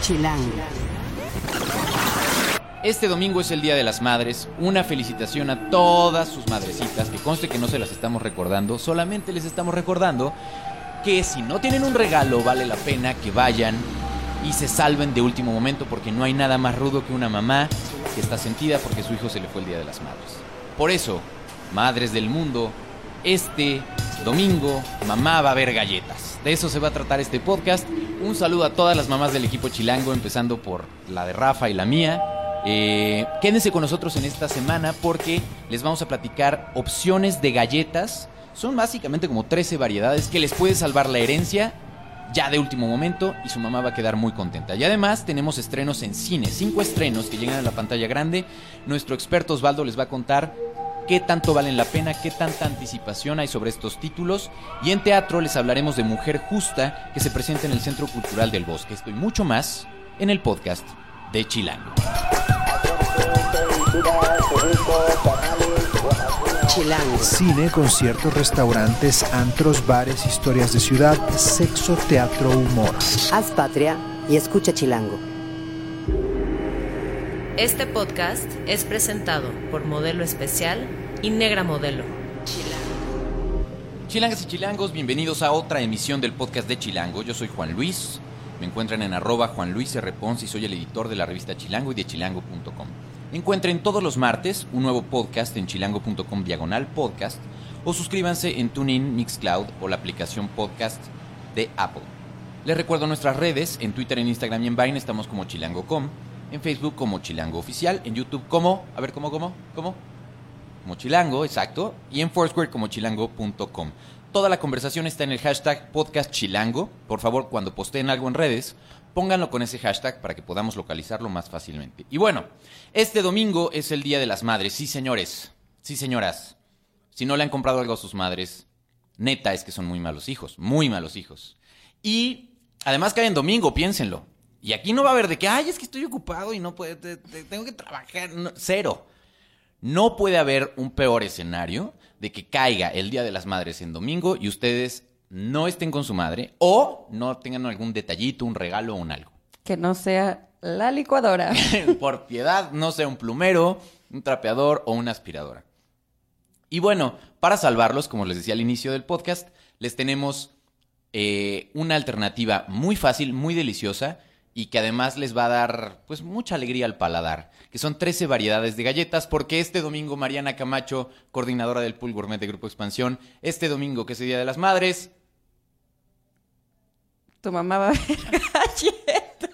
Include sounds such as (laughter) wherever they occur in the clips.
Chilango. Este domingo es el Día de las Madres. Una felicitación a todas sus madrecitas, que conste que no se las estamos recordando, solamente les estamos recordando que si no tienen un regalo, vale la pena que vayan y se salven de último momento, porque no hay nada más rudo que una mamá que está sentida porque su hijo se le fue el Día de las Madres. Por eso, madres del mundo, este domingo mamá va a ver galletas. De eso se va a tratar este podcast. Un saludo a todas las mamás del equipo chilango, empezando por la de Rafa y la mía. Eh, quédense con nosotros en esta semana porque les vamos a platicar opciones de galletas. Son básicamente como 13 variedades que les puede salvar la herencia ya de último momento y su mamá va a quedar muy contenta. Y además tenemos estrenos en cine, cinco estrenos que llegan a la pantalla grande. Nuestro experto Osvaldo les va a contar qué tanto valen la pena, qué tanta anticipación hay sobre estos títulos. Y en teatro les hablaremos de Mujer Justa que se presenta en el Centro Cultural del Bosque. Esto y mucho más en el podcast de Chilango. Chilango. Cine, conciertos, restaurantes, antros, bares, historias de ciudad, sexo, teatro, humor. Haz patria y escucha Chilango. Este podcast es presentado por Modelo Especial y Negra Modelo. Chilangas y chilangos, bienvenidos a otra emisión del podcast de Chilango. Yo soy Juan Luis. Me encuentran en arroba Juan Luis R. Ponce y soy el editor de la revista Chilango y de chilango.com. Encuentren todos los martes un nuevo podcast en chilango.com diagonal podcast o suscríbanse en TuneIn, Mixcloud o la aplicación podcast de Apple. Les recuerdo nuestras redes, en Twitter, en Instagram y en Vine estamos como chilango.com, en Facebook como chilango oficial, en YouTube como, a ver, ¿cómo, cómo, cómo? como Chilango, exacto, y en Foursquare como chilango.com. Toda la conversación está en el hashtag podcast chilango. Por favor, cuando posteen algo en redes, pónganlo con ese hashtag para que podamos localizarlo más fácilmente. Y bueno, este domingo es el Día de las Madres. Sí, señores, sí, señoras. Si no le han comprado algo a sus madres, neta es que son muy malos hijos, muy malos hijos. Y además cae en domingo, piénsenlo. Y aquí no va a haber de que, ay, es que estoy ocupado y no puedo, te- te- tengo que trabajar. No, cero. No puede haber un peor escenario de que caiga el Día de las Madres en domingo y ustedes no estén con su madre o no tengan algún detallito, un regalo o un algo. Que no sea (laughs) la licuadora. (coughs) Por piedad, no sea un plumero, un trapeador o una aspiradora. Y bueno, para salvarlos, como les decía al inicio del podcast, les tenemos eh, una alternativa muy fácil, muy deliciosa y que además les va a dar pues mucha alegría al paladar, que son 13 variedades de galletas, porque este domingo Mariana Camacho, coordinadora del Pool Gourmet de Grupo Expansión, este domingo que es el Día de las Madres, Tu mamá va a ver galletas.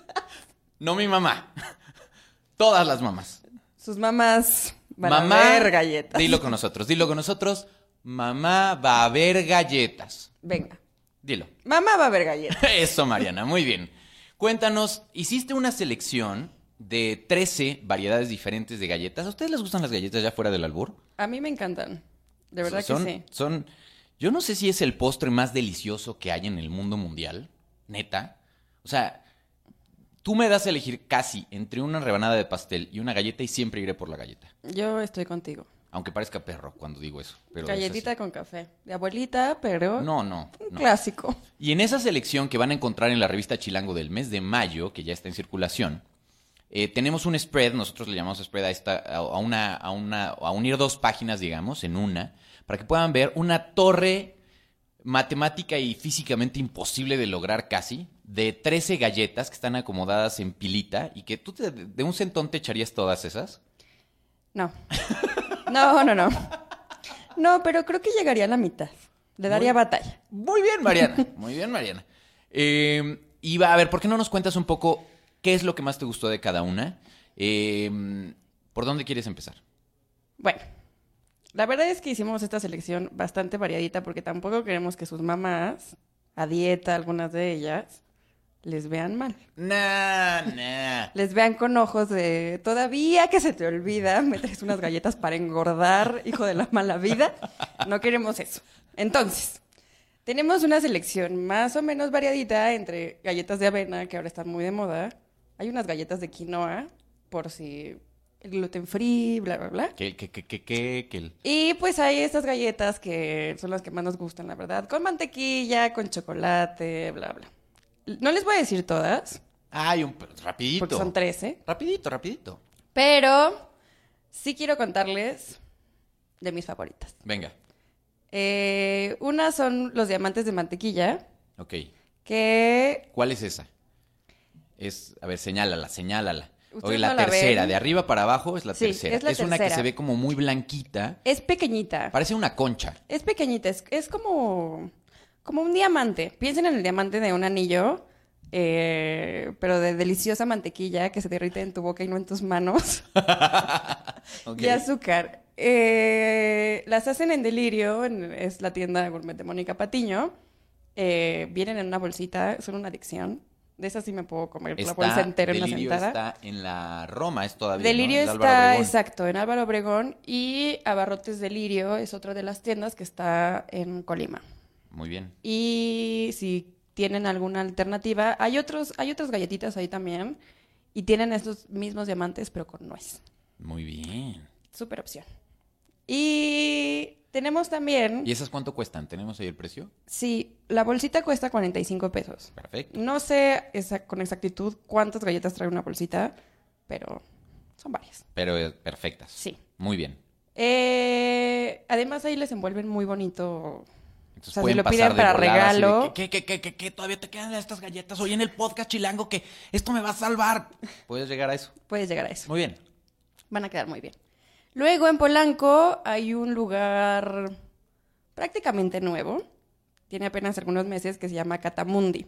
no mi mamá, (laughs) todas las mamás. Sus mamás van mamá, a ver galletas. Dilo con nosotros, dilo con nosotros. Mamá va a ver galletas. Venga. Dilo. (laughs) Mamá va a ver galletas. Eso, Mariana, muy bien. Cuéntanos, hiciste una selección de 13 variedades diferentes de galletas. ¿A ustedes les gustan las galletas ya fuera del albur? A mí me encantan. De verdad son, que sí. Son, yo no sé si es el postre más delicioso que hay en el mundo mundial, neta. O sea, tú me das a elegir casi entre una rebanada de pastel y una galleta y siempre iré por la galleta. Yo estoy contigo. Aunque parezca perro cuando digo eso. Pero es así. Galletita con café. De abuelita, pero No, no. un no. clásico. Y en esa selección que van a encontrar en la revista Chilango del mes de mayo, que ya está en circulación, eh, tenemos un spread, nosotros le llamamos spread a, esta, a, a una, a, una, a unir dos páginas, digamos, en una, para que puedan ver una torre matemática y físicamente imposible de lograr casi, de 13 galletas que están acomodadas en pilita y que tú te- de un sentón te echarías todas esas. (laughs) No. No, no, no. No, pero creo que llegaría a la mitad. Le daría batalla. Muy bien, Mariana. Muy bien, Mariana. Eh, y va, a ver, ¿por qué no nos cuentas un poco qué es lo que más te gustó de cada una? Eh, ¿Por dónde quieres empezar? Bueno, la verdad es que hicimos esta selección bastante variadita porque tampoco queremos que sus mamás, a dieta algunas de ellas, les vean mal. Nah, nah. Les vean con ojos de todavía que se te olvida, me traes unas galletas para engordar, hijo de la mala vida. No queremos eso. Entonces, tenemos una selección más o menos variadita entre galletas de avena, que ahora están muy de moda. Hay unas galletas de quinoa, por si el gluten free, bla, bla, bla. ¿Qué, qué, qué, qué, qué, qué? Y pues hay estas galletas que son las que más nos gustan, la verdad, con mantequilla, con chocolate, bla, bla. No les voy a decir todas, Ay, un rapidito. Porque son tres, ¿eh? Rapidito, rapidito. Pero sí quiero contarles de mis favoritas. Venga. Eh, una son los diamantes de mantequilla, Ok. que ¿Cuál es esa? Es, a ver, señálala, señálala. Ustedes Oye, la no la tercera, ven. de arriba para abajo es la Sí, tercera. es la una que tercera. se ve como muy blanquita. es pequeñita. Parece una concha. Es pequeñita, es, es como, como un diamante. Piensen en el diamante de un anillo, eh, pero de deliciosa mantequilla que se derrite en tu boca y no en tus manos. (laughs) Ok. Y azúcar. Eh, las hacen en Delirio, en- es la tienda de gourmet de Mónica Patiño. Eh, vienen en una bolsita, son una adicción. De esas sí me puedo comer la bolsa entera en una Delirio sentada. está en la Roma, es todavía. ¿no? Delirio Es de Álvaro está, Obregón. exacto, en Álvaro Obregón y Abarrotes Delirio es otra de las tiendas que está en Colima. Muy bien. Y si tienen alguna alternativa, hay otros, hay otras galletitas ahí también y tienen estos mismos diamantes pero con nuez. Muy bien. Super opción. Y tenemos también, ¿Y esas cuánto cuestan? ¿Tenemos ahí el precio? sí, la bolsita cuesta 45 pesos. Perfecto. No sé esa- con exactitud cuántas galletas trae una bolsita, pero son varias. Pero eh, perfectas. Sí. Muy bien. Eh, además ahí les envuelven muy bonito. Entonces O sea, pueden si lo pasar piden de para volada, así de regalo. que, que, que, que, que todavía te quedan estas galletas hoy en el podcast chilango que esto me va a salvar. Puedes llegar a eso. Puedes llegar a eso. Muy bien. Van a quedar muy bien. Luego en Polanco hay un lugar prácticamente nuevo. Tiene apenas algunos meses que se llama Catamundi.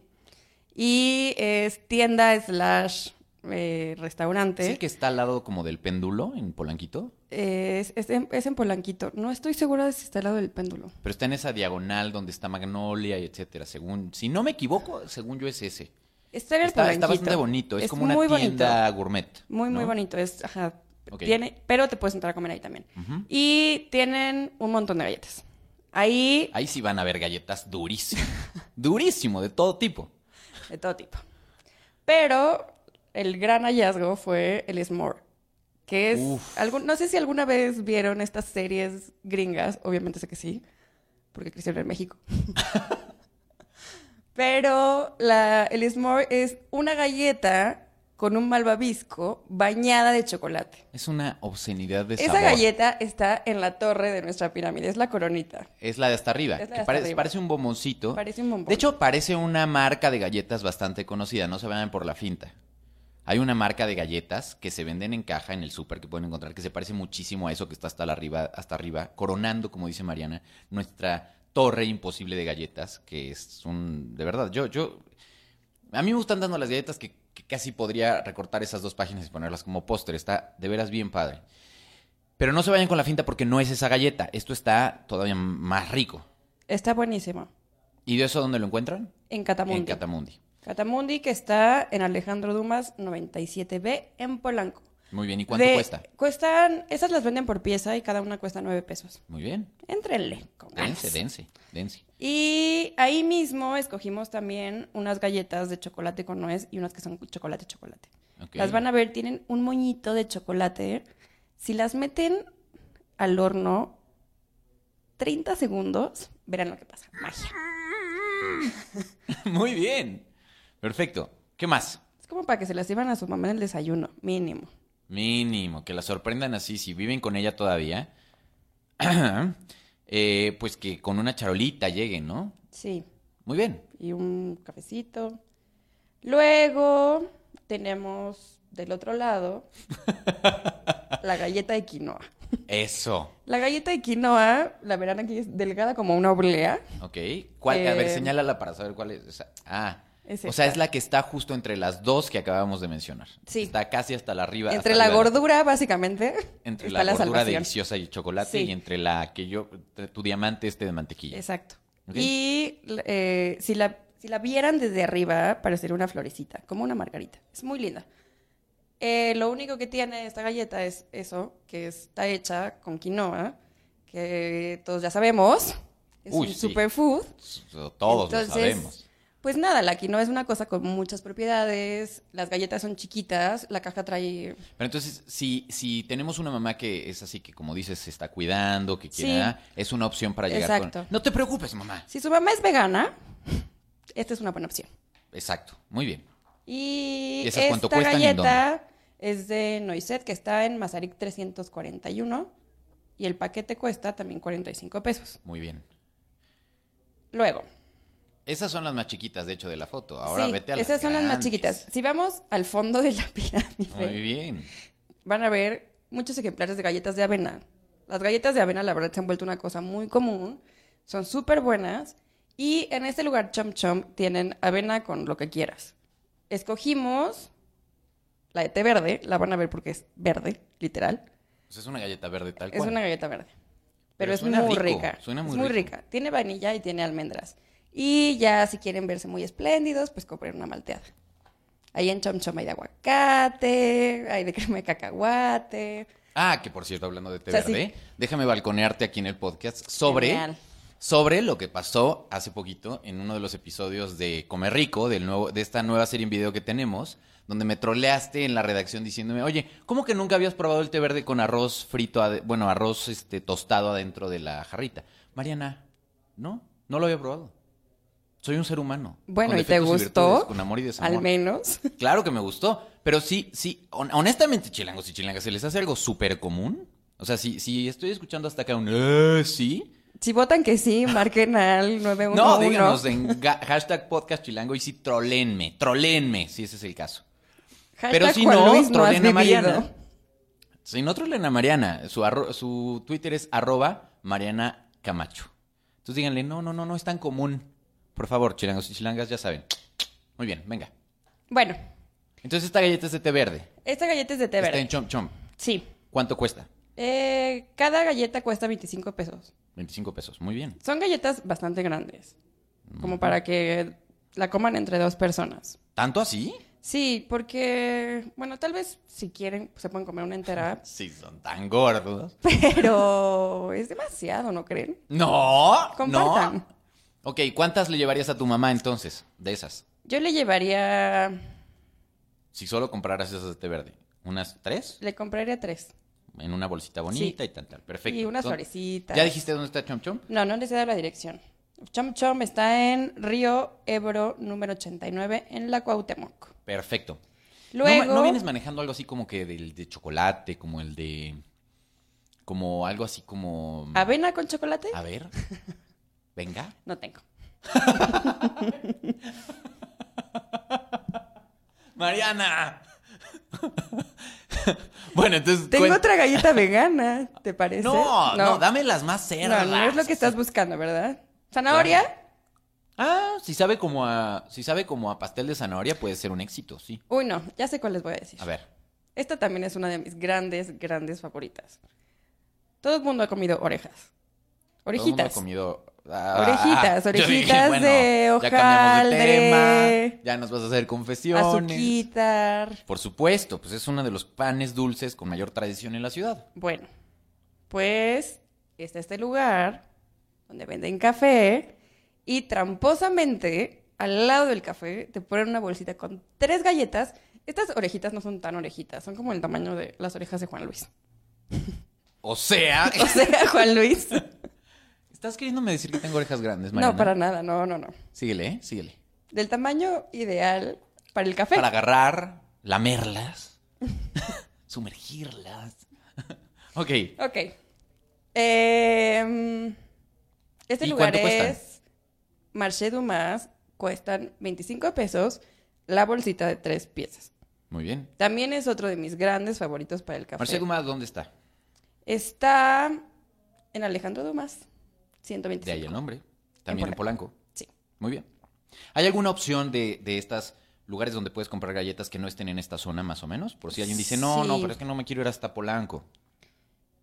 Y es tienda slash eh, restaurante. ¿Es el que está al lado como del péndulo en Polanquito? Es, es en, es en Polanquito. No estoy segura de si está al lado del péndulo. Pero está en esa diagonal donde está Magnolia y etcétera. Según, si no me equivoco, según yo es ese. Está en el Está, está Polanquito. bastante bonito. Es, como una muy bonito. tienda gourmet. Muy, muy ¿no? bonito. Es, ajá, Ok. tiene, pero te puedes entrar a comer ahí también. Ujú. Y tienen un montón de galletas. Ahí, Ahí sí van a haber galletas durísimo. (laughs) durísimo, de todo tipo. de todo tipo. Pero el gran hallazgo fue el s'more. Que es, Uf. algún- no sé si alguna vez vieron estas series gringas, obviamente sé que sí, porque crecieron en México. (laughs) Pero la, el s'more es una galleta con un malvavisco bañada de chocolate. Es una obscenidad de Esa sabor. galleta está en la torre de nuestra pirámide, es la coronita. Es la de hasta arriba. Es la que de hasta pare- arriba. Parece un bomboncito. Parece un bombón. De hecho, parece una marca de galletas bastante conocida. No se vayan por la finta. Hay una marca de galletas que se venden en caja en el súper que pueden encontrar que se parece muchísimo a eso que está hasta la arriba, hasta arriba, coronando, como dice Mariana, nuestra torre imposible de galletas, que es un... De verdad, yo... yo a mí me gustan dando las galletas que, que casi podría recortar esas dos páginas y ponerlas como póster. Está de veras bien padre. Pero no se vayan con la finta porque no es esa galleta. Esto está todavía más rico. Está buenísima. ¿Y de eso dónde lo encuentran? En Catamundi. En Catamundi. Catamundi, que está en Alejandro Dumas 97B, en Polanco. Muy bien. ¿Y cuánto De- cuesta? Cuestan, esas las venden por pieza y cada una cuesta 9 pesos. Muy bien. Éntrenle. con ganas. Dense, dense, dense. Y ahí mismo escogimos también unas galletas de chocolate con nuez y unas que son chocolate chocolate. Ok. Las van a ver, tienen un moñito de chocolate. Si las meten al horno 30 segundos, verán lo que pasa. Magia. (laughs) Muy bien. Perfecto. ¿Qué más? Es como para que se las sirvan a su mamá en el desayuno, mínimo. Mínimo, que la sorprendan así, si viven con ella todavía, (clears throat) eh, pues que con una charolita lleguen, ¿no? Sí. Muy bien. y un cafecito. Luego tenemos del (laughs) otro lado la galleta de quinoa. Eso. La galleta de quinoa, la verán aquí, es delgada como una oblea. Ok. ¿Cuál- A ver, Eh, señálala para saber cuál es. esa. Ah. Es o sea, esta. es la que está justo entre las dos que acabamos de mencionar. Sí. Está casi hasta la arriba. Entre hasta la arriba de- gordura, básicamente, Entre está la la, gordura salvación. deliciosa y chocolate Sí. y entre la que yo, tu diamante este de mantequilla. Exacto. Ok. Y eh, si, la, si la vieran desde arriba, parecería una florecita, como una margarita. Es muy linda. Eh, lo único que tiene esta galleta es eso, que está hecha con quinoa, que todos ya sabemos, es Uy, un sí. superfood. Todos lo Entonces, sabemos. Pues nada, la quinoa es una cosa con muchas propiedades, las galletas son chiquitas, la caja trae... Pero entonces, si, si tenemos una mamá que es así, que como dices, se está cuidando, que Sí. quiera, es una opción para llegar Exacto. con... No te preocupes, mamá. Si su mamá es vegana, esta es una buena opción. Exacto. Muy bien. Y ¿Y esas cuánto esta cuestan y en galleta es de Noiset, que está en Mazarik 341. Y el paquete cuesta también 45 pesos. Muy bien. Luego, Esas son las más chiquitas, de hecho, de la foto. Ahora sí, vete a las esas son las más grandes. chiquitas. Si vamos al fondo de la (laughs) Muy pirámide, bien. van a ver muchos ejemplares de galletas de avena. Las galletas de avena, la verdad, se han vuelto una cosa muy común. Son súper buenas. Y en este lugar, Chom Chom, tienen avena con lo que quieras. Escogimos la de té verde. La van a ver porque es verde, literal. Pues es una galleta verde tal Es cual. una galleta verde. Pero, Pero es suena muy rico, rica. suena es muy muy rico. rica. Tiene vainilla y tiene almendras. Y ya si quieren verse muy espléndidos, pues compren una malteada. Ahí en Chom Chom hay de aguacate, hay de crema de cacahuate. Ah, que por cierto, hablando de té O sea, sí. verde, déjame balconearte aquí en el podcast sobre, Genial. sobre lo que pasó hace poquito en uno de los episodios de Comer Rico, del nuevo, de esta nueva serie en video que tenemos, donde me troleaste en la redacción diciéndome, oye, ¿cómo que nunca habías probado el té verde con arroz frito, ade- bueno, arroz este, tostado adentro de la jarrita? Mariana, no, no lo había probado. Soy un ser humano. Bueno, con ¿y te defectos gustó? virtudes, con amor y desamor. Al menos. (laughs) Claro que me gustó, pero sí, sí, hon- honestamente, chilangos y chilangas, ¿se les hace algo súper común? O sea, si, si estoy escuchando hasta acá un "Eh, sí. Si votan que sí, marquen al 911. No, díganos en ga- hashtag podcast chilango y sí, trolenme, trolenme, si ese es el caso. Hashtag Pero si Juan no, Luis has trolen a vivido. Mariana. Si no trolen a Mariana, su, arro- su Twitter es arroba Mariana Camacho. Entonces díganle, no, no, no, no es tan común. Por favor, chilangos y chilangas, ya saben. Muy bien, venga. Bueno, Entonces esta galleta es de té verde. esta galleta es de té Está verde. en chom chom. Sí. ¿Cuánto cuesta? Eh, cada galleta cuesta 25 pesos. 25 pesos, muy bien. Son galletas bastante grandes, como para que la coman entre dos personas. ¿Tanto así? Sí, porque, bueno, tal vez si quieren se pueden comer (laughs) una entera, Sí, son tan gordos. pero es demasiado, ¿no creen? No, Compartan. no. Ok, ¿cuántas le llevarías a tu mamá entonces de esas? Yo le llevaría, Si solo compraras esas de té verde, unas tres le compraría tres. en una bolsita bonita y tal, tal. Perfecto. Y unas Son- florecitas. ¿Ya dijiste dónde está Chom Chom? No, no les he dado la dirección. Chom Chom está en Río Ebro número 89 en la Cuauhtémoc. Perfecto. ¿No ma- Luego, ¿No, vienes manejando algo así como que del de chocolate, como el de. como algo así como. avena con chocolate. A ver. (laughs) Venga. No tengo. ¡Mariana! (laughs) bueno, entonces. Tengo cuen- otra (laughs) galleta vegana, ¿te parece? No, no, dame las más No, cerdas. no es lo que estás buscando, ¿verdad? ¿Zanahoria? Ah, si sabe como a, si sabe como a pastel de zanahoria puede ser un éxito, sí. Uy, no, ya sé cuál les voy a decir. A ver, Esta también es una de mis grandes, grandes favoritas. Todo el mundo ha comido orejas. todo el mundo ha orejitas. comido. ah, Orejitas, yo dije, orejitas bueno, de Ya cambiamos de hojaldre. tema. Ya nos vas a hacer confesiones. Azuquitar. Por supuesto, pues es uno de los panes dulces con mayor tradición en la ciudad. Bueno, pues está este lugar donde venden café y tramposamente al lado del café te ponen una bolsita con tres galletas. Estas orejitas no son tan orejitas, son como el tamaño de las orejas de Juan Luis. (laughs) O sea, O sea, Juan Luis. ¿estás queriéndome decir que tengo orejas grandes, Mariana? No, para nada, no, no, no. Síguele, ¿eh? síguele. Del tamaño ideal para el café. Para agarrar, (laughs) lamerlas, sumergirlas. (laughs) ok, Ok. Em, este ¿Y lugar cuánto cuestan? es Marché Dumas. Cuestan 25 pesos la bolsita de tres piezas. muy bien. También es otro de mis grandes favoritos para el café. Marcelo Dumas, ¿dónde está? Está en Alejandro Dumas. De 125. ahí el nombre. También en Polanco. Sí. Muy bien. ¿Hay alguna opción de, de estas lugares donde puedes comprar galletas que no estén en esta zona, más o menos? Por si alguien dice, no, Sí. no, pero es que no me quiero ir hasta Polanco.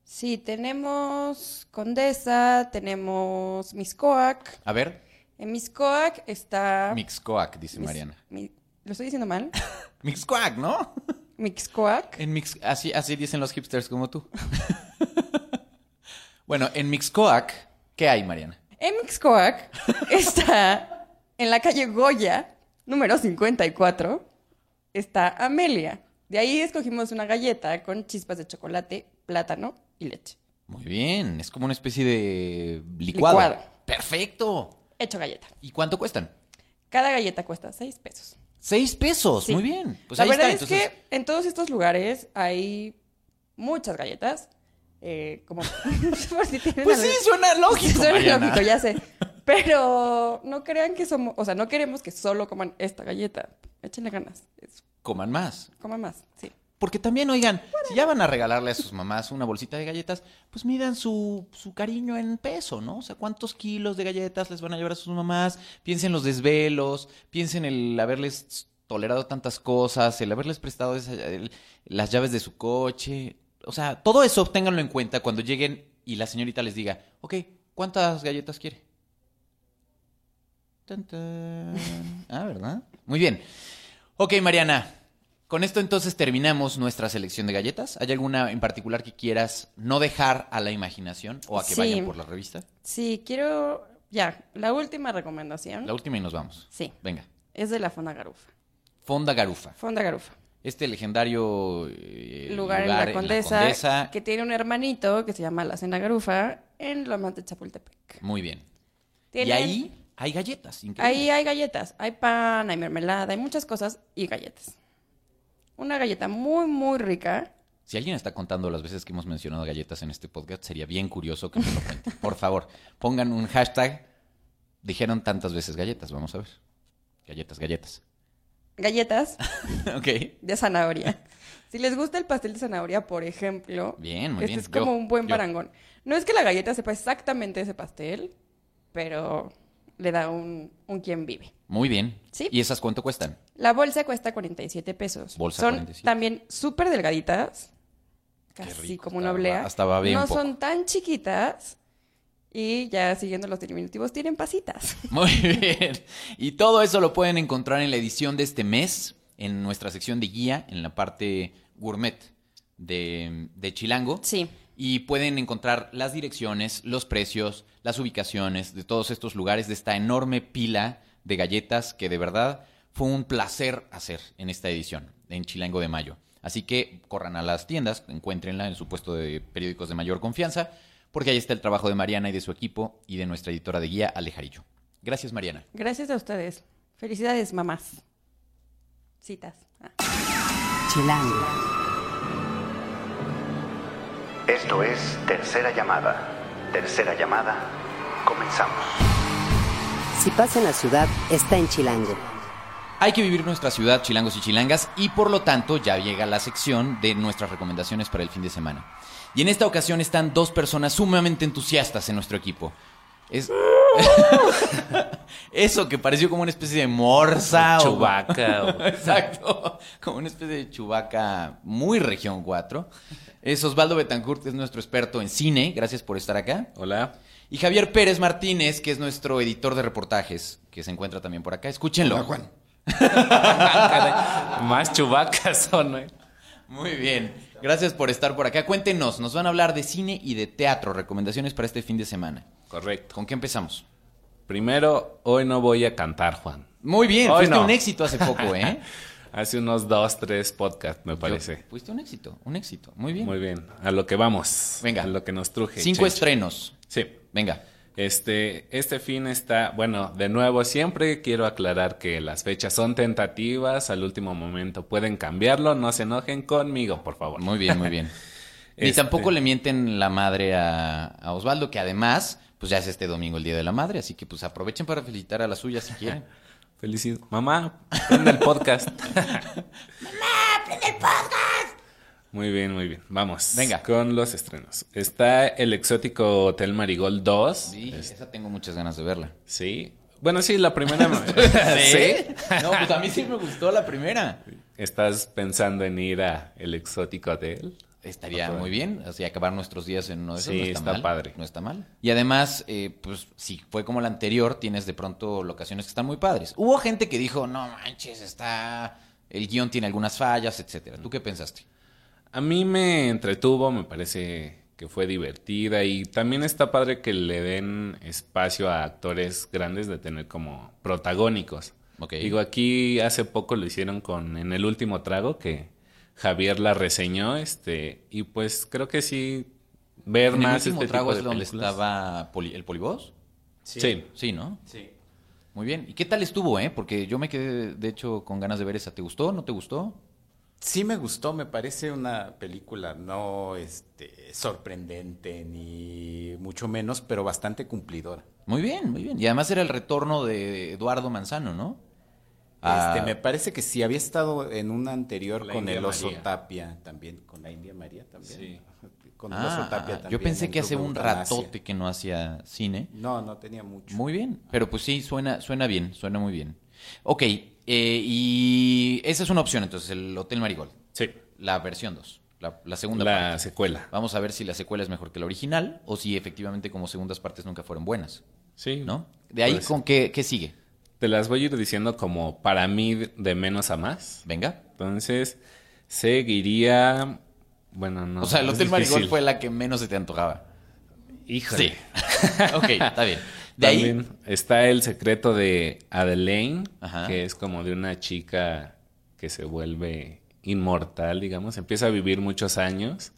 Sí, tenemos Condesa, tenemos Miscoac. A ver, En Miscoac está... Mixcoac, dice Ah. Mis- Mariana. mi- ¿Lo estoy diciendo mal? (laughs) Mixcoac, ¿no? Mixcoac. En mix, así, así dicen los hipsters como tú. (laughs) bueno, en Mixcoac, ¿qué hay, Mariana? En Mixcoac está en la calle Goya, número 54. Está Amelia. De ahí escogimos una galleta con chispas de chocolate, plátano y leche. Muy bien, es como una especie de licuado. Licuado. Perfecto. Hecho galleta. ¿Y cuánto cuestan? Cada galleta cuesta 6 pesos. Seis pesos, Sí. muy bien. Pues la ahí verdad está. es Entonces, que en todos estos lugares hay muchas galletas. eh, como (laughs) por si tienen Pues sí, (laughs) algún- suena lógico. Suena Mariana. lógico, (laughs) ya sé. Pero no crean que somos, o sea, no queremos que solo coman esta galleta. Échenle ganas. es- Coman más. Coman más, sí. Porque también, oigan, si ya van a regalarle a sus mamás una bolsita de galletas, pues midan su, su cariño en peso, ¿no? O sea, cuántos kilos de galletas les van a llevar a sus mamás. Piensen los desvelos, piensen el haberles tolerado tantas cosas, el haberles prestado esa- el- las llaves de su coche. O sea, todo eso ténganlo en cuenta cuando lleguen y la señorita les diga, ok, ¿cuántas galletas quiere? Tan, tan. Ah, ¿verdad? Muy bien. Ok, Mariana. Con esto entonces terminamos nuestra selección de galletas. ¿Hay alguna en particular que quieras no dejar a la imaginación o a que Sí. vayan por la revista? Sí, quiero, ya, la última recomendación La última y nos vamos. Sí. Venga. es de la Fonda Garufa. Fonda Garufa. Fonda Garufa, Este legendario eh, lugar, en, la condesa, Condesa. que tiene un hermanito que se llama La Cena Garufa en Lomas de Chapultepec. Muy bien. Y Tienen- ahí hay galletas. increíble. Ahí hay galletas, hay pan, hay mermelada, hay muchas cosas y galletas. Una galleta muy, muy rica. Si alguien está contando las veces que hemos mencionado galletas en este podcast, sería bien curioso que nos lo (laughs) cuente. Por favor, pongan un hashtag. Dijeron tantas veces galletas, vamos a ver. Galletas, galletas. (laughs) Galletas ok. de (laughs) zanahoria. si les gusta el pastel de zanahoria, por ejemplo, Bien, muy este bien. es Yo, como un buen yo. parangón. No es que la galleta sepa exactamente ese pastel, pero le da un, un quien vive. Muy bien. Sí. ¿Y esas cuánto cuestan? La bolsa cuesta 47 pesos. Bolsa son 47. también súper delgaditas, casi rico, como una está- oblea. hasta babea no un poco. son tan chiquitas y ya siguiendo los diminutivos tienen pasitas. (laughs) Muy bien. Y todo eso lo pueden encontrar en la edición de este mes, en nuestra sección de guía, en la parte gourmet de, de Chilango. Sí. Y pueden encontrar las direcciones, los precios, las ubicaciones de todos estos lugares, de esta enorme pila de galletas que de verdad fue un placer hacer en esta edición, en Chilango de Mayo. Así que corran a las tiendas, encuéntrenla en su puesto de periódicos de mayor confianza, porque ahí está el trabajo de Mariana y de su equipo y de nuestra editora de guía, Alejarillo. Gracias, Mariana. Gracias a ustedes. Felicidades, mamás. Citas. Ah. Chilango. Esto es Tercera Llamada. Tercera Llamada, comenzamos. Si pasa en la ciudad, está en Chilango. Hay que vivir nuestra ciudad, chilangos y chilangas, y por lo tanto ya llega la sección de nuestras recomendaciones para el fin de semana. Y en esta ocasión están dos personas sumamente entusiastas en nuestro equipo. Es... (laughs) Eso que pareció como una especie de morsa o Chewbacca o- (laughs) Exacto. Como una especie de chubaca muy región 4. Es Osvaldo Betancourt, que es nuestro experto en cine. Gracias por estar acá. Hola. Y Javier Pérez Martínez, que es nuestro editor de reportajes, que se encuentra también por acá. Escúchenlo. Más chubacas son, ¿eh? Muy bien. Gracias por estar por acá. Cuéntenos, nos van a hablar de cine y de teatro. Recomendaciones para este fin de semana. Correcto. ¿Con qué empezamos? Primero, hoy no voy a cantar, Juan. Muy bien, Hoy fuiste no. un éxito hace poco, (laughs) ¿eh? Hace unos dos, tres podcasts, me parece. Yo- fuiste un éxito, un éxito. Muy bien. Muy bien. A lo que vamos. Venga. A lo que nos truje. Cinco Chencho. estrenos. Sí. Venga. Este, este fin está, bueno, de nuevo, siempre quiero aclarar que las fechas son tentativas, al último momento pueden cambiarlo, no se enojen conmigo, por favor. Muy bien, muy (laughs) bien. Ni Este- tampoco le mienten la madre a, a Osvaldo, que además, pues ya es este domingo el Día de la Madre, así que pues aprovechen para felicitar a la suya si (laughs) quieren. Felicidades. Mamá, prende (laughs) el podcast. Mamá, prende el podcast. Muy bien, muy bien. Vamos. Venga. Con los estrenos. Está el exótico Hotel Marigold 2. Sí, Es- esa tengo muchas ganas de (laughs) verla. sí. Bueno, sí, (laughs) la primera. (laughs) No, pues a mí sí me gustó la primera. ¿Estás pensando en ir a el exótico hotel? Estaría Otra muy bien, así acabar nuestros días en uno de esos Sí, no está, está mal, padre. No está mal. Y además, eh, pues si fue como la anterior, tienes de pronto locaciones que están muy padres. Hubo gente que dijo, no manches, está... El guión tiene algunas fallas, etcétera. ¿Tú qué pensaste? A mí me entretuvo, me parece que fue divertida y también está padre que le den espacio a actores grandes de tener como protagónicos. Ok. Digo, aquí hace poco lo hicieron con En el último trago que Javier la reseñó, este, y pues creo que sí ver En el más último este trago tipo es de donde películas. estaba Poli- el polibos. Sí. Sí, ¿no? Sí. Muy bien. ¿Y qué tal estuvo, eh? Porque yo me quedé, de hecho, con ganas de ver esa. ¿Te gustó? ¿No te gustó? Sí me gustó, me parece una película no este, sorprendente ni mucho menos, pero bastante cumplidora. Muy bien, muy bien. Y además era el retorno de Eduardo Manzano, ¿no? A- Este, me parece que sí, había estado en una anterior La con India el oso María. tapia también, con la India María también. Sí. (laughs) Con el Ah, oso tapia también. yo pensé en que hace Club un Eutanasia. ratote que no hacía cine. No, no tenía mucho. Muy bien. Pero pues sí, suena, suena bien, suena muy bien. Ok, eh, y esa es una opción entonces, el Hotel Marigold. Sí. La versión 2, la, la segunda La parte. secuela. Vamos a ver si la secuela es mejor que la original o si efectivamente como segundas partes nunca fueron buenas, Sí. ¿no? De ahí, Puede ser. ¿con qué, qué sigue? Te las voy a ir diciendo como para mí de menos a más. Venga. Entonces, seguiría. Bueno, no. o sea, el es Hotel Marigold difícil. fue la que menos se te antojaba. Híjole. Sí. (laughs) ok, está bien. De ahí. También está el secreto de Adelaine, Ajá. que es como de una chica que se vuelve inmortal, digamos, empieza a vivir muchos años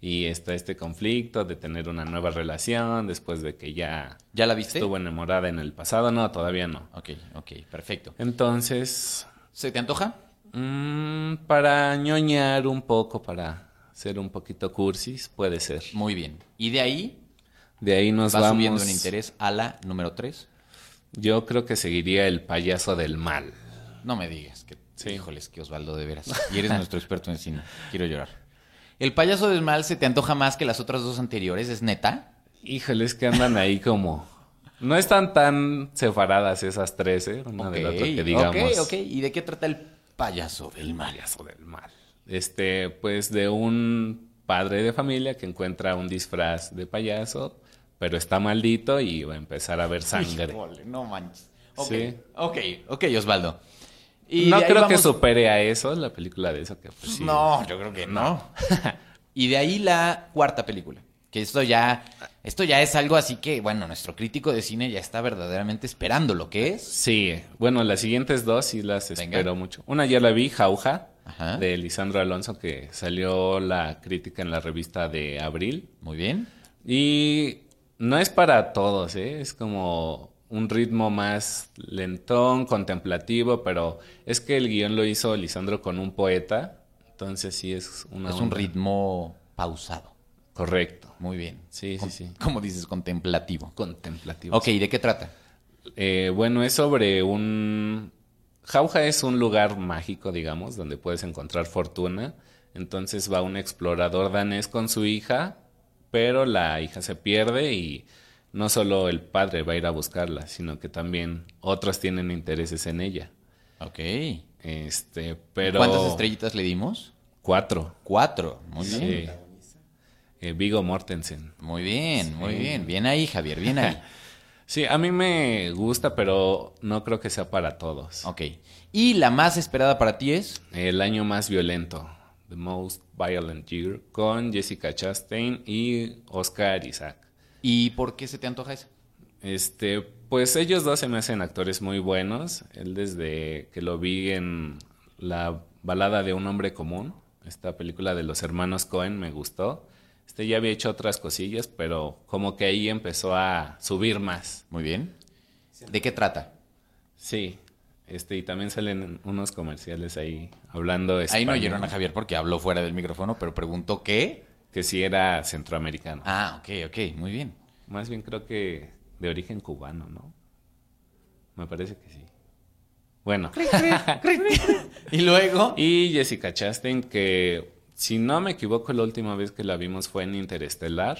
y está este conflicto de tener una nueva relación después de que ya ¿Ya la viste? estuvo enamorada en el pasado, no, todavía no. Ok, ok, perfecto. Entonces, ¿Se te antoja? mm, para ñoñar un poco, para ser un poquito cursis, puede ser. Muy bien. Y de ahí De ahí nos va vamos. subiendo en interés a la número 3. Yo creo que seguiría el payaso del mal. No me digas que. Sí. Híjoles, que Osvaldo, de (laughs) veras. Y eres nuestro experto en cine. Quiero llorar. ¿El payaso del mal se te antoja más que las otras dos anteriores? ¿Es neta? Híjole, es que andan ahí como. No están tan separadas esas tres, ¿eh? Una de la otra que digamos. ok, ok. ¿Y de qué trata el payaso del mal? Payaso del mal. Este, pues de un padre de familia que encuentra un disfraz de payaso, pero está maldito y va a empezar a ver sangre. Híjole, no manches. Ok, Sí. ok, ok, Osvaldo. no de ahí creo que vamos- supere a eso la película de eso que pues, sí. No, yo creo que no. (laughs) y de ahí la cuarta película. Que esto ya, esto ya es algo así que, bueno, nuestro crítico de cine ya está verdaderamente esperando lo que es. Sí, bueno, las siguientes dos sí las Venga. espero mucho. Una ya la vi, Jauja, Ajá. de Lisandro Alonso, que salió la crítica en la revista de abril. Muy bien. Y no es para todos, ¿eh? Es como un ritmo más lentón, contemplativo, pero es que el guión lo hizo Lisandro con un poeta, entonces sí es una es un onda. ritmo pausado. Correcto. Muy bien. Sí, sí, Con- sí. Como dices, contemplativo. Contemplativo. Ok, ¿y de qué trata? Eh, bueno, es sobre un... Jauja es un lugar mágico, digamos, donde puedes encontrar fortuna. Entonces va un explorador danés con su hija, pero la hija se pierde y no solo el padre va a ir a buscarla, sino que también otros tienen intereses en ella. Ok. Este, pero... ¿Cuántas estrellitas le dimos? Cuatro. Cuatro. Muy Sí. bien. Eh, Vigo Mortensen. Muy bien, muy bien. Bien ahí, Javier, bien (laughs) ahí. Sí, a mí me gusta, pero no creo que sea para todos. ok. Y la más esperada para ti es. El año más violento, The Most Violent Year, con Jessica Chastain y Oscar Isaac. ¿Y por qué se te antoja esa? Este, pues ellos dos se me hacen actores muy buenos. Él desde que lo vi en la balada de un hombre común, esta película de los hermanos Cohen me gustó. Este ya había hecho otras cosillas, pero como que ahí empezó a subir más. Muy bien. ¿De qué trata? Sí. Este, y también salen unos comerciales ahí hablando Ahí no español, oyeron a Javier porque habló fuera del micrófono, pero preguntó qué. que sí era centroamericano. Ah, ok, ok, muy bien. Más bien creo que de origen cubano, ¿no? Me parece que sí. Bueno. (laughs) Y luego. Y Jessica Chastain, que si no me equivoco, la última vez que la vimos fue en Interestelar.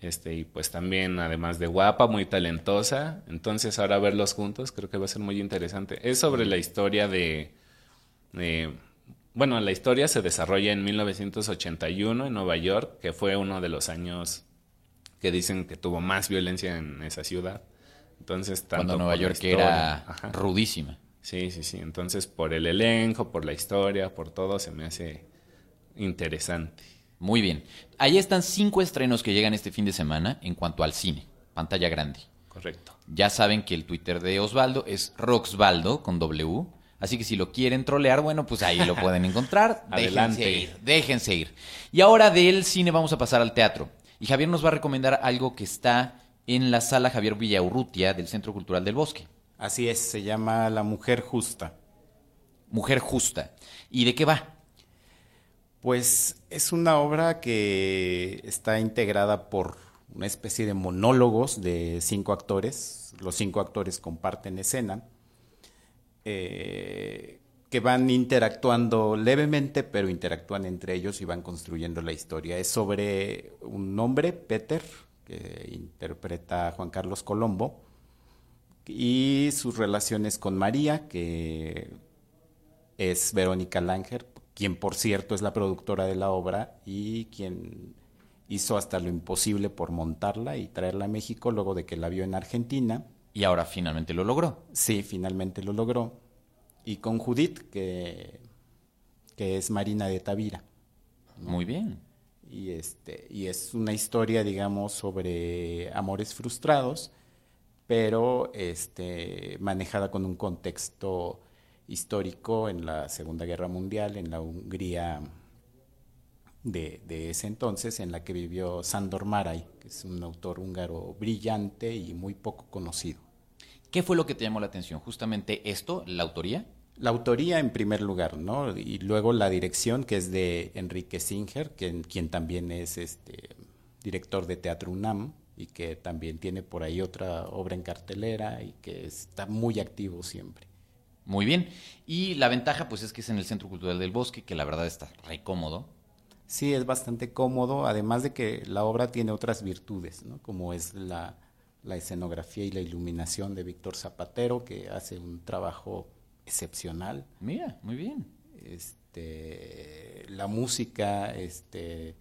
Este, y pues también, además de guapa, muy talentosa. Entonces, ahora verlos juntos creo que va a ser muy interesante. Es sobre la historia de. eh, bueno, la historia se desarrolla en 1981 en Nueva York, que fue uno de los años que dicen que tuvo más violencia en esa ciudad. Entonces, tanto cuando Nueva por la York era historia- Ajá. rudísima. Sí, sí, sí. Entonces, por el elenco, por la historia, por todo, se me hace interesante. Muy bien. Ahí están cinco estrenos que llegan este fin de semana en cuanto al cine. Pantalla grande. Correcto. Ya saben que el Twitter de Osvaldo es Roxvaldo con W. Así que si lo quieren trolear, bueno, pues ahí lo pueden encontrar. déjense Adelante. ir, déjense ir. Y ahora del cine vamos a pasar al teatro. Y Javier nos va a recomendar algo que está en la sala Javier Villaurrutia del Centro Cultural del Bosque. Así es, se llama La Mujer Justa. Mujer Justa. ¿Y de qué va? Pues es una obra que está integrada por una especie de monólogos de cinco actores. Los cinco actores comparten escena, eh, que van interactuando levemente, pero interactúan entre ellos y van construyendo la historia. Es sobre un hombre, Peter, que interpreta a Juan Carlos Colombo, y sus relaciones con María, que es Verónica Langer, quien por cierto es la productora de la obra y quien hizo hasta lo imposible por montarla y traerla a México luego de que la vio en Argentina. Y ahora finalmente lo logró. Sí, finalmente lo logró. Y con Judith, que, que es Marina de Tavira. Muy bien. Y, este, y es una historia, digamos, sobre amores frustrados, pero este, manejada con un contexto histórico en la Segunda Guerra Mundial, en la Hungría de, de ese entonces, en la que vivió Sandor Maray, que es un autor húngaro brillante y muy poco conocido. ¿Qué fue lo que te llamó la atención? ¿Justamente esto, la autoría? La autoría en primer lugar, ¿no? Y luego la dirección, que es de Enrique Singer, quien, quien también es este, director de Teatro UNAM y que también tiene por ahí otra obra en cartelera y que está muy activo siempre. Muy bien. Y la ventaja, pues, es que es en el Centro Cultural del Bosque, que la verdad está re cómodo. Sí, es bastante cómodo, además de que la obra tiene otras virtudes, ¿no? Como es la, la escenografía y la iluminación de Víctor Zapatero, que hace un trabajo excepcional. Mira, muy bien. Este, la música, este,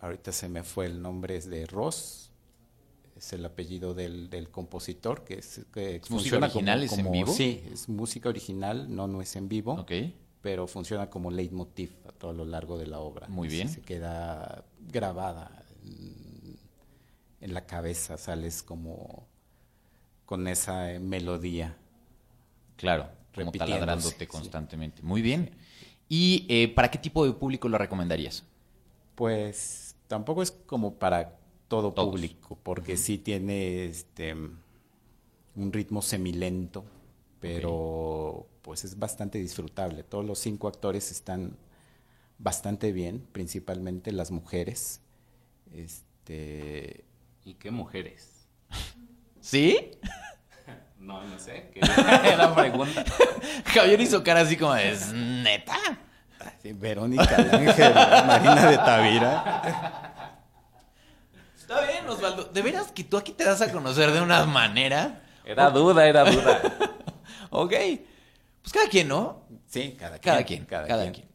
ahorita se me fue el nombre, es de Ross, es el apellido del, del compositor, que es que ¿Es música original, es en vivo? Sí, es música original, no, no es en vivo, Ok. pero funciona como leitmotiv a todo lo largo de la obra. Muy bien. Se queda grabada en, en la cabeza, sales como con esa eh, melodía. Claro, como Repitiéndose, taladrándote sí. constantemente. Muy bien. ¿Y eh, para qué tipo de público lo recomendarías? Pues tampoco es como para todo Todos. público, porque sí tiene este un ritmo semilento, pero pues es bastante disfrutable. Todos los cinco actores están bastante bien, principalmente las mujeres. Este, ¿Y qué mujeres? (laughs) ¿Sí? No, no sé. ¿qué era pregunta? (laughs) Javier hizo cara así como de, "¿Es neta? Verónica Ángel, Marina de Tavira. Está bien, Osvaldo. De veras que tú aquí te das a conocer de una manera. Era duda, era duda. Ok. Pues cada quien, ¿no? Sí, cada quien. Cada quien. Cada, quien.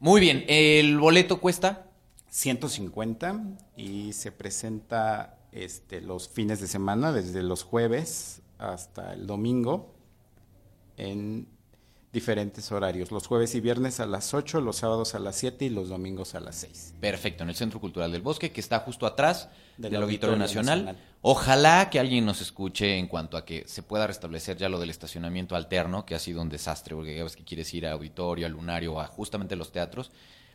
Muy bien. ¿El boleto cuesta? 150 y se presenta este, los fines de semana, desde los jueves hasta el domingo, en diferentes horarios. Los jueves y viernes a las 8, los sábados a las 7 y los domingos a las 6. Perfecto, en el Centro Cultural del Bosque, que está justo atrás del, Del Auditorio, Auditorio Nacional. Nacional. Ojalá que alguien nos escuche en cuanto a que se pueda restablecer ya lo del estacionamiento alterno, que ha sido un desastre, porque ya ves que quieres ir a auditorio, a lunario, a justamente los teatros.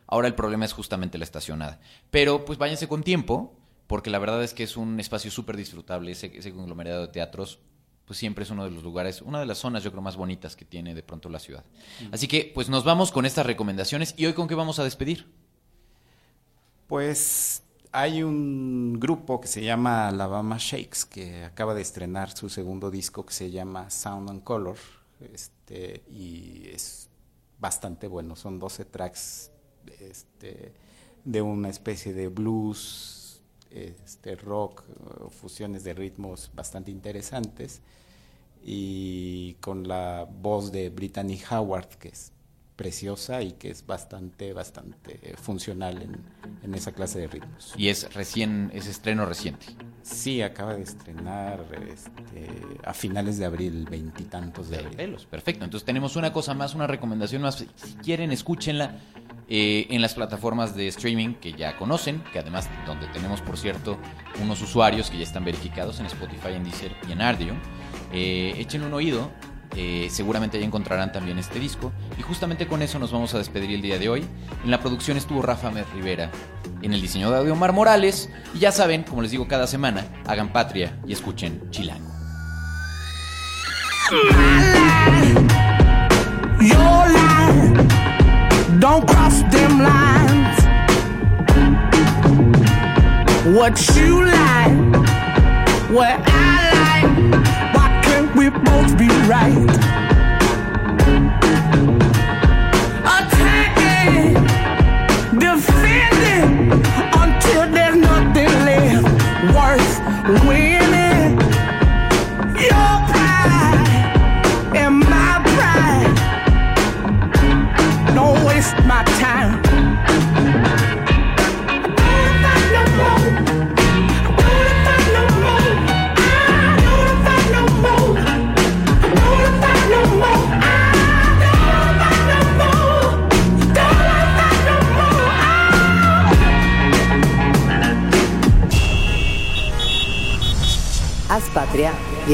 Ahora el problema es justamente la estacionada. Pero pues váyanse con tiempo, porque la verdad es que es un espacio súper disfrutable, ese, ese conglomerado de teatros pues siempre es uno de los lugares, una de las zonas yo creo más bonitas que tiene de pronto la ciudad. Así que pues nos vamos con estas recomendaciones y hoy con qué vamos a despedir. Pues hay un grupo que se llama Alabama Shakes, que acaba de estrenar su segundo disco que se llama Sound and Color, este, y es bastante bueno, son 12 tracks este, de una especie de blues, este, rock, eh, fusiones de ritmos bastante interesantes, y con la voz de Brittany Howard, que es preciosa y que es bastante, bastante eh, funcional en, en esa clase de ritmos. Y es recién, es estreno reciente. Sí, acaba de estrenar este, a finales de abril, veintitantos de abril. Pelos, perfecto. Entonces tenemos una cosa más, una recomendación más. Si quieren, escúchenla eh, en las plataformas de streaming que ya conocen, que además donde tenemos, por cierto, unos usuarios que ya están verificados en Spotify, en Deezer y en Ardion. Eh, echen un oído. eh, seguramente ahí encontrarán también este disco. Y justamente con eso nos vamos a despedir el día de hoy. En la producción estuvo Rafa Med Rivera. En el diseño de audio Omar Morales. Y ya saben, como les digo cada semana, hagan patria y escuchen Chilango. Your line, don't cross them lines. What you like, what I like, why can't we both be right? Attacking, defending, until there's nothing left worth winning. Your pride and my pride. Don't waste my time. Haz patria y